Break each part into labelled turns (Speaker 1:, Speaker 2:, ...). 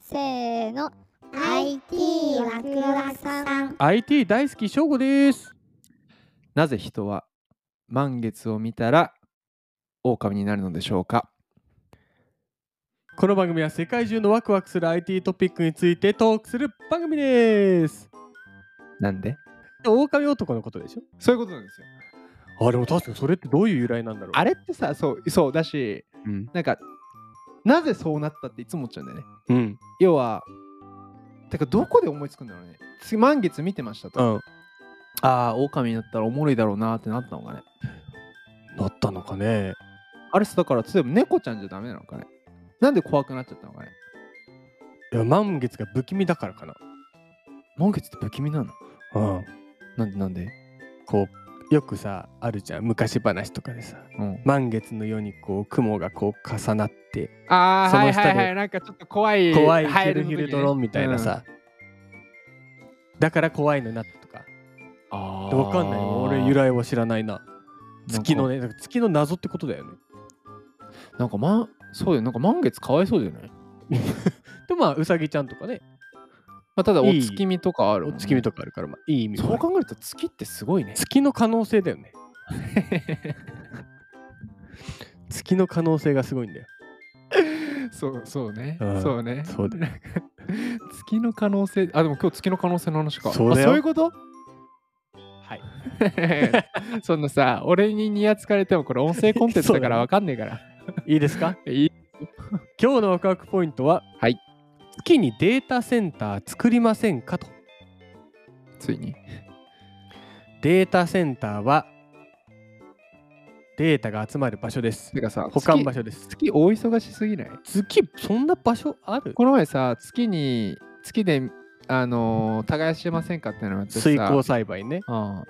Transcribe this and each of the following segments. Speaker 1: せーの
Speaker 2: IT ワクワクさん
Speaker 3: IT 大好き翔吾ですなぜ人は満月を見たら狼になるのでしょうかこの番組は世界中のワクワクする IT トピックについてトークする番組です
Speaker 4: なんで
Speaker 3: 狼男のことでしょそういうことなんですよあでも確かにそれってどういう由来なんだろう
Speaker 4: あれってさそうそうだし
Speaker 3: うん、
Speaker 4: なんかなぜそうなったっていつも思っちゃうんだよね
Speaker 3: うん
Speaker 4: 要はてかどこで思いつくんだろうね次満月見てましたと、
Speaker 3: うん、
Speaker 4: ああ狼になったらおもろいだろうなってなったのかね
Speaker 3: なったのかね
Speaker 4: あれさだから例えば猫ちゃんじゃダメなのかねなんで怖くなっちゃったのかね
Speaker 3: いや満月が不気味だからかな
Speaker 4: 満月って不気味なの
Speaker 3: うん
Speaker 4: なんでなんで
Speaker 3: こうよくさあるじゃん昔話とかでさ
Speaker 4: うん
Speaker 3: 満月のようにこう雲がこう重なって
Speaker 4: あ
Speaker 3: そ
Speaker 4: あ
Speaker 3: の
Speaker 4: はい
Speaker 3: 下で
Speaker 4: はいはいなんかちょっと怖い
Speaker 3: 怖い
Speaker 4: ハ
Speaker 3: ヒ
Speaker 4: エ
Speaker 3: ル
Speaker 4: ル
Speaker 3: ヒ
Speaker 4: ヒ
Speaker 3: ル
Speaker 4: ル
Speaker 3: ドロンみたいなさ、だから怖いのになったとか
Speaker 4: あ
Speaker 3: わかんないよ俺由来は知らないな
Speaker 4: なんか
Speaker 3: 月のねだから月の謎ってことだよね
Speaker 4: なんかまそうだよなんか満月かわいそうじゃない、ま
Speaker 3: でまあうさぎちゃんとかね
Speaker 4: あ、ただお
Speaker 3: いい
Speaker 4: 月見とかあるも
Speaker 3: お
Speaker 4: んね、
Speaker 3: 月見とかあるからまあいい意味もあ
Speaker 4: そう
Speaker 3: る
Speaker 4: 考えると月ってすごいね
Speaker 3: 月の可能性だよね月の可能性がすごいんだよ
Speaker 4: そうそうね、
Speaker 3: うん
Speaker 4: そうね
Speaker 3: そうだよ
Speaker 4: 月の可能性あでも今日月の可能性の話か
Speaker 3: そうだよ
Speaker 4: あそういうこと
Speaker 3: はい
Speaker 4: そんなさ俺にニヤつかれてもこれ音声コンテンツだからわかんねえから
Speaker 3: いいです か
Speaker 4: いい
Speaker 3: 今日のワクワクポイントは、
Speaker 4: はい
Speaker 3: 月にデータセンター作りませんかと
Speaker 4: ついに
Speaker 3: データセンターはデータが集まる場所です
Speaker 4: てかさ
Speaker 3: 保管場
Speaker 4: 所
Speaker 3: 所です
Speaker 4: 月大忙しすぎない
Speaker 3: 月そんな場所ある
Speaker 4: この前さ月に月であのー耕してませんかってのやってさ
Speaker 3: 水耕栽培ね
Speaker 4: あ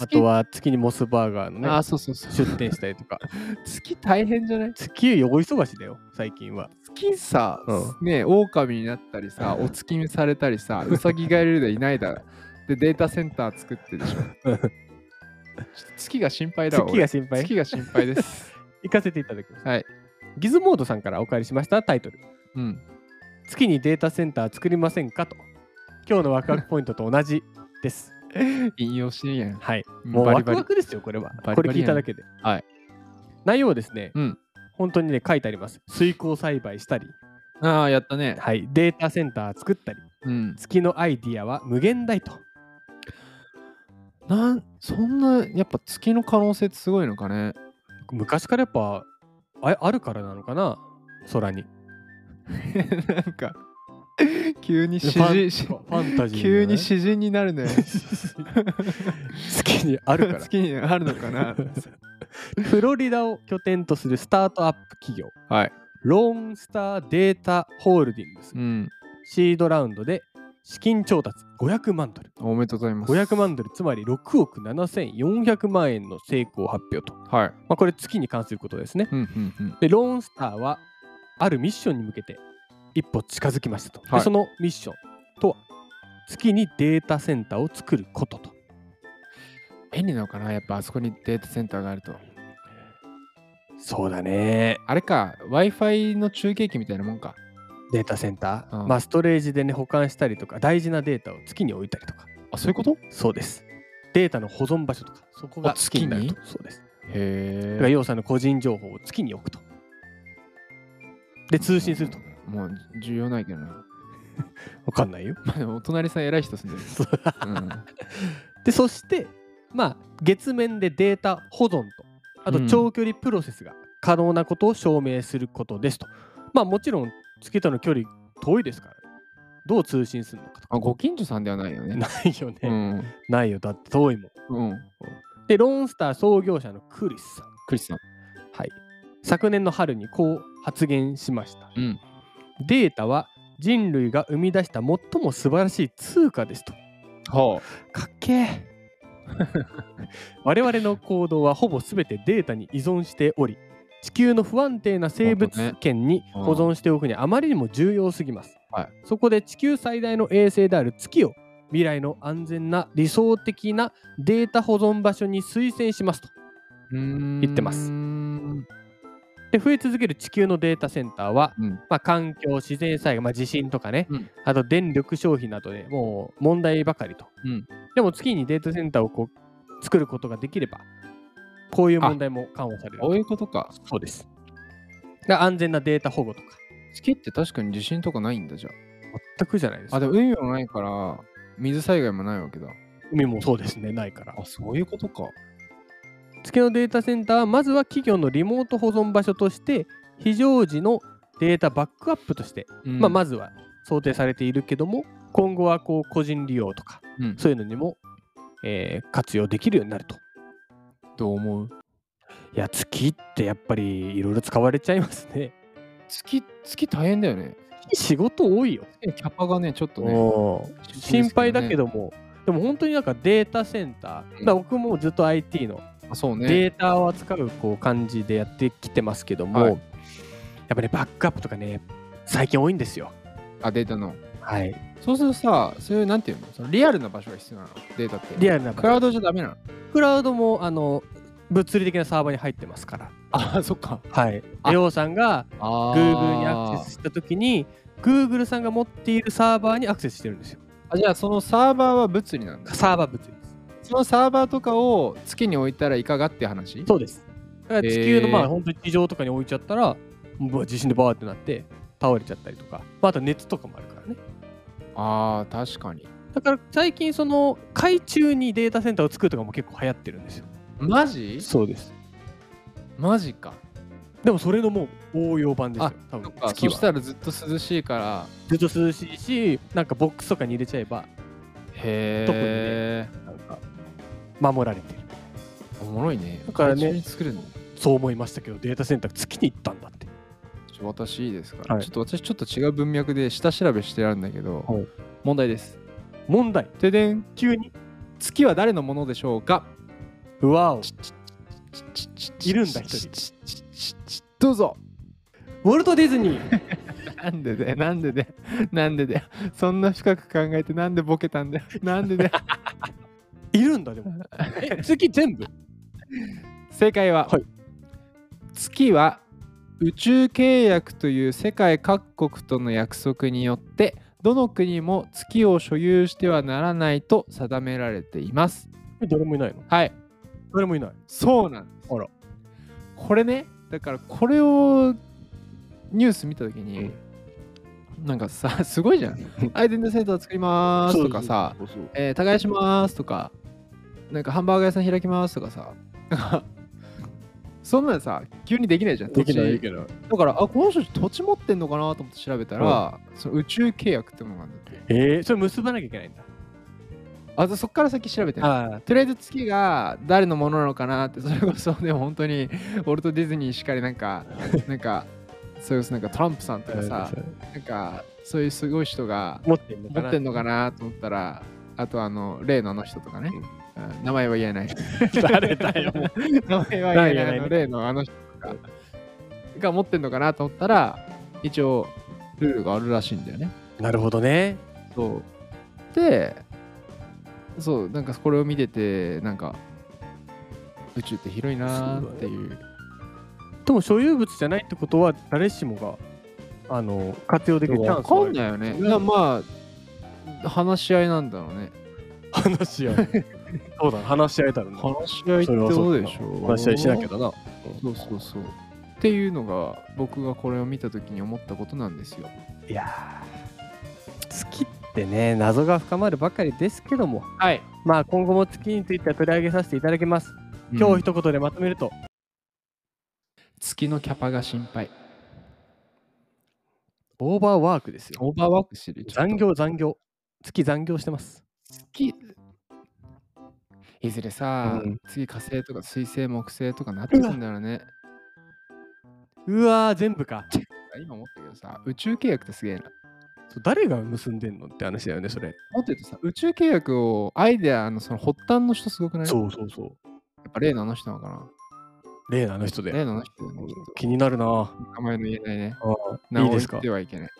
Speaker 3: あとは月にモスバーガーの
Speaker 4: あ、あ
Speaker 3: ね
Speaker 4: そうそうそう
Speaker 3: 出店したりとか
Speaker 4: 月大変じゃない
Speaker 3: 月お忙しだよ最近は
Speaker 4: 月さ、
Speaker 3: う
Speaker 4: ね狼になったりさお月見されたりさうさぎがいるでいないだでデータセンター作ってでしょ
Speaker 3: うん
Speaker 4: ちょっと月が心配だわ
Speaker 3: 月が
Speaker 4: 俺
Speaker 3: 心配
Speaker 4: 月が心配です
Speaker 3: 行かせていただきます
Speaker 4: はい
Speaker 3: ギズモードさんからお借りしましたタイトル
Speaker 4: うん
Speaker 3: 月にデータセンター作りませんかと今日のワクワクポイントと同じです
Speaker 4: 引用してるやん
Speaker 3: はい。
Speaker 4: うん
Speaker 3: もう
Speaker 4: バ
Speaker 3: ワ
Speaker 4: リ
Speaker 3: ク
Speaker 4: バリ
Speaker 3: ワクですよ、これは。
Speaker 4: バリバリやん
Speaker 3: これ聞いただけで。
Speaker 4: はい。
Speaker 3: 内容はですね、
Speaker 4: うん
Speaker 3: 本当にね、書いてあります。水耕栽培したり、
Speaker 4: ああやったね
Speaker 3: はい、データセンター作ったり、
Speaker 4: うん
Speaker 3: 月のアイディアは無限大と。
Speaker 4: なんそんなやっぱ月の可能性ってすごいのかね
Speaker 3: 昔からやっぱ、ああるからなのかな、空に。
Speaker 4: なんか急に
Speaker 3: フ
Speaker 4: 詩
Speaker 3: ァンフ
Speaker 4: 人し
Speaker 3: ァンタジー、
Speaker 4: 急に詩人になるね
Speaker 3: 月にあるから。
Speaker 4: 月に あるのかな
Speaker 3: フロリダを拠点とするスタートアップ企業、
Speaker 4: はい
Speaker 3: ローンスターデータホールディングス、
Speaker 4: うん
Speaker 3: シードラウンドで資金調達500万ドル。
Speaker 4: おめでとうございます
Speaker 3: 500万ドルつまり6億7400万円の成功発表と、ま
Speaker 4: はい
Speaker 3: あ、これ月に関することですね
Speaker 4: うんうんうん
Speaker 3: でローンスターはあるミッションに向けて一歩近づきましたと、で
Speaker 4: はい
Speaker 3: そのミッションとは月にデータセンターを作ることと
Speaker 4: 便利なのかなやっぱあそこにデータセンターがあると
Speaker 3: そうだね
Speaker 4: あれか w i f i の中継機みたいなもんか
Speaker 3: データセンター、
Speaker 4: うん
Speaker 3: まあストレージでね保管したりとか大事なデータを月に置いたりとか
Speaker 4: あそういうこと
Speaker 3: そうですデータの保存場所とかそこが
Speaker 4: あ月
Speaker 3: 月
Speaker 4: に
Speaker 3: になるとそうですだ
Speaker 4: へ
Speaker 3: から要さんの個人情報を月に置くとで通信すると
Speaker 4: もう重要ないけどな
Speaker 3: わかんないよ。
Speaker 4: まあでもお隣さん偉い人 住んでるうん
Speaker 3: でそしてまあ月面でデータ保存とあと
Speaker 4: うん
Speaker 3: 長距離プロセスが可能なことを証明することですと。まあもちろん月との距離遠いですからどう通信するのかとか。
Speaker 4: あご近所さんではないよ ね
Speaker 3: ないよね、
Speaker 4: うん
Speaker 3: ないよだって遠いもん。
Speaker 4: うん
Speaker 3: でローンスター創業者のクリスさん。
Speaker 4: クリスさん
Speaker 3: はい、昨年の春にこう発言しました。
Speaker 4: うん
Speaker 3: データは人類が生み出した最も素晴らしい通貨ですと。
Speaker 4: は
Speaker 3: かっけえ 我々の行動はほぼ全てデータに依存しており地球の不安定な生物圏に
Speaker 4: うん
Speaker 3: 保存しておくにはあまりにも重要すぎます、
Speaker 4: はい
Speaker 3: そこで地球最大の衛星である月を未来の安全な理想的なデータ保存場所に推薦しますと
Speaker 4: あうーん
Speaker 3: 言ってます
Speaker 4: うん
Speaker 3: で増え続ける地球のデータセンターは、
Speaker 4: うん
Speaker 3: まあ、環境自然災害、まあ、地震とかね、
Speaker 4: うん
Speaker 3: あと電力消費などでもう問題ばかりと、
Speaker 4: うん
Speaker 3: でも月にデータセンターをこう作ることができればこういう問題も緩和される
Speaker 4: こういうことか。
Speaker 3: そうですで安全なデータ保護とか
Speaker 4: 月って確かに地震とかないんだじゃ
Speaker 3: 全くじゃないです
Speaker 4: あ。あ、でも海もないから、水災害もないわけだ。
Speaker 3: 海もそうですねないから
Speaker 4: あ、そういうことか。
Speaker 3: 月のデータセンターはまずは企業のリモート保存場所として非常時のデータバックアップとして、まあ、ま
Speaker 4: ず、
Speaker 3: ずは想定されているけども今後はこう個人利用とか
Speaker 4: うん、
Speaker 3: そういうのにも、えー活用できるようになると。
Speaker 4: どう思う
Speaker 3: いや月ってやっぱりいろいろ使われちゃいますね。
Speaker 4: 月、月大変だよね。
Speaker 3: 仕事多いよ。
Speaker 4: キャパがね、ちょっとね。
Speaker 3: おー心配だけども、でも本当になんかデータセンター、だから僕もずっと IT の
Speaker 4: あそうね。
Speaker 3: データを扱うこう感じでやってきてますけども、
Speaker 4: はい
Speaker 3: やっぱねバックアップとかね最近多いんですよ。
Speaker 4: あ、データの。
Speaker 3: はい、
Speaker 4: そうするとさ、そういう、なんていうのそのリアルな場所が必要なの、データって。
Speaker 3: リアルな
Speaker 4: クラウドじゃダメなの。
Speaker 3: クラウドもあの物理的なサーバーに入ってますから、
Speaker 4: あ、そっか。
Speaker 3: はい、
Speaker 4: あ
Speaker 3: レオさんが
Speaker 4: あ
Speaker 3: Google にアクセスした時に Google さんが持っているサーバーにアクセスしてるんですよ。
Speaker 4: あじゃあそのサーバーは物理なんだ
Speaker 3: サーバー物理です。
Speaker 4: そのサーバーとかを月に置いたらいかがって話
Speaker 3: そうです。だから地球の
Speaker 4: へー
Speaker 3: まあ本当に地上とかに置いちゃったら、もう地震でバーってなって倒れちゃったりとか、まあ、あと熱とかもあるからね。
Speaker 4: あー確かに
Speaker 3: だから最近その海中にデータセンターを作るとかも結構流行ってるんですよ。
Speaker 4: マジ
Speaker 3: そうです。
Speaker 4: マジか
Speaker 3: でもそれのもう応用版ですよ。多
Speaker 4: そ
Speaker 3: 分
Speaker 4: っか
Speaker 3: 月
Speaker 4: そ
Speaker 3: は
Speaker 4: したらずっと涼しいから
Speaker 3: ずっと涼しいし、なんかボックスとかに入れちゃえば
Speaker 4: へえ
Speaker 3: なんか守られてる。
Speaker 4: おもろいね
Speaker 3: だからね
Speaker 4: 海中に作るの
Speaker 3: そう思いましたけどデータセンター月に行ったんだって。
Speaker 4: ちょ私いいですから、
Speaker 3: はい
Speaker 4: ちょっと私ちょっと違う文脈で下調べしてあるんだけど、
Speaker 3: はい
Speaker 4: 問題です
Speaker 3: 問題
Speaker 4: てでん
Speaker 3: 急に
Speaker 4: 月は誰のものでしょうか
Speaker 3: うわお
Speaker 4: い
Speaker 3: いるんだ一
Speaker 4: どうぞ
Speaker 3: ウォルト・ディズニー
Speaker 4: なんでだよ、なんでだよ、なんでだよ。そんな深く考えて、なんでボケたんだよ、なんでだよ。
Speaker 3: いるんだで も。え月全部
Speaker 4: 正解は、
Speaker 3: はい
Speaker 4: 月は宇宙契約という世界各国との約束によって、どの国も月を所有してはならないと定められています。
Speaker 3: え誰もいないの
Speaker 4: はい、
Speaker 3: 誰もいない。
Speaker 4: そうなんです。
Speaker 3: あら
Speaker 4: これね、だからこれをニュース見たときに、なんかさ、 すごいじゃん。アイデンティティセンター作りますとかさ、
Speaker 3: そうそうそう
Speaker 4: えー、耕しますとか、なんかハンバーガー屋さん開きますとかさ、なんかそんなのさ、急にできないじゃん。
Speaker 3: できない
Speaker 4: 土地
Speaker 3: けど。
Speaker 4: だから、あ、この人たち土地持ってんのかなと思って調べたら、その宇宙契約ってものがあるんだって。
Speaker 3: えー、それ結ばなきゃいけないんだ。
Speaker 4: あ、でそっから先調べてね
Speaker 3: あ
Speaker 4: とりあえず月が誰のものなのかなって、それこそね、本当 に、ウォルト・ディズニーしかりなんか、なんか、そういうなんかトランプさんとかさ、なんか、そういうすごい人が、
Speaker 3: 持ってんのか
Speaker 4: 持
Speaker 3: な
Speaker 4: ってんのかなと思ったら、あとあの、例のあの人とかね、うん名前は言えない。
Speaker 3: 誰だよ。もう
Speaker 4: 名前は言え
Speaker 3: 言え
Speaker 4: な
Speaker 3: ない
Speaker 4: いあ
Speaker 3: ね
Speaker 4: の例のあの人とかが持ってんのかなと思ったら、一応、ルールがあるらしいんだよね。
Speaker 3: なるほどね。
Speaker 4: そう。で、そう、なんかこれを見てて、なんか、宇宙って広いなーっていう。
Speaker 3: でも所有物じゃないってことは誰しもがあの活用できるチャンス
Speaker 4: わ
Speaker 3: は
Speaker 4: か
Speaker 3: ある
Speaker 4: んないよね。だからまあ、話し合いなんだろうね。
Speaker 3: 話し合い。 そうだな話し合えたらな。
Speaker 4: 話し合いって
Speaker 3: それ
Speaker 4: こ
Speaker 3: はそ
Speaker 4: と
Speaker 3: うだ
Speaker 4: で
Speaker 3: な
Speaker 4: しょ。
Speaker 3: 話し合いしなきゃだな。
Speaker 4: そうそうそう。っていうのが僕がこれを見た時に思ったことなんですよ。
Speaker 3: いやー月ってね謎が深まるばかりですけども
Speaker 4: はい。
Speaker 3: まあ今後も月については取り上げさせていただきます。今
Speaker 4: 今
Speaker 3: 日
Speaker 4: 日
Speaker 3: 一言でまとめると、
Speaker 4: 月のキャパが心配。
Speaker 3: オーバーワークですよ。
Speaker 4: オーバーワークしてる。
Speaker 3: 残業残業。月残業してます。
Speaker 4: 月いずれさ、
Speaker 3: うん
Speaker 4: 次火星とか水星木星とかなってくんだよね。
Speaker 3: うわー全部か。
Speaker 4: 今思ったけどさ、宇宙契約ってすげえな。
Speaker 3: そう誰が結んでんのって話だよね、それ。
Speaker 4: もっと言うとさ、宇宙契約をアイデアのその発端の人すごくないや
Speaker 3: うそうそう。
Speaker 4: っぱ例のあの人なのかな
Speaker 3: 例のあの人で。
Speaker 4: 例のあの人だよね。きっと
Speaker 3: 気になるな。
Speaker 4: 名前の言えないね。
Speaker 3: いいです
Speaker 4: 名
Speaker 3: か
Speaker 4: を言ってはいけない。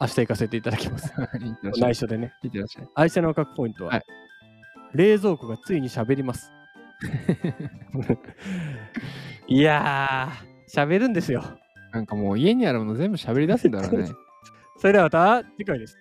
Speaker 3: 明日行かせていただきます。
Speaker 4: いってらっしゃい
Speaker 3: 内。緒でね。
Speaker 4: いってらっしゃい。
Speaker 3: 愛車の価格ポイントは、
Speaker 4: はい
Speaker 3: 冷蔵 庫がついに喋ります。いやー、喋るんですよ。
Speaker 4: なんかもう家にあるもの全部喋り出すんだろうね。
Speaker 3: それではまた次回です。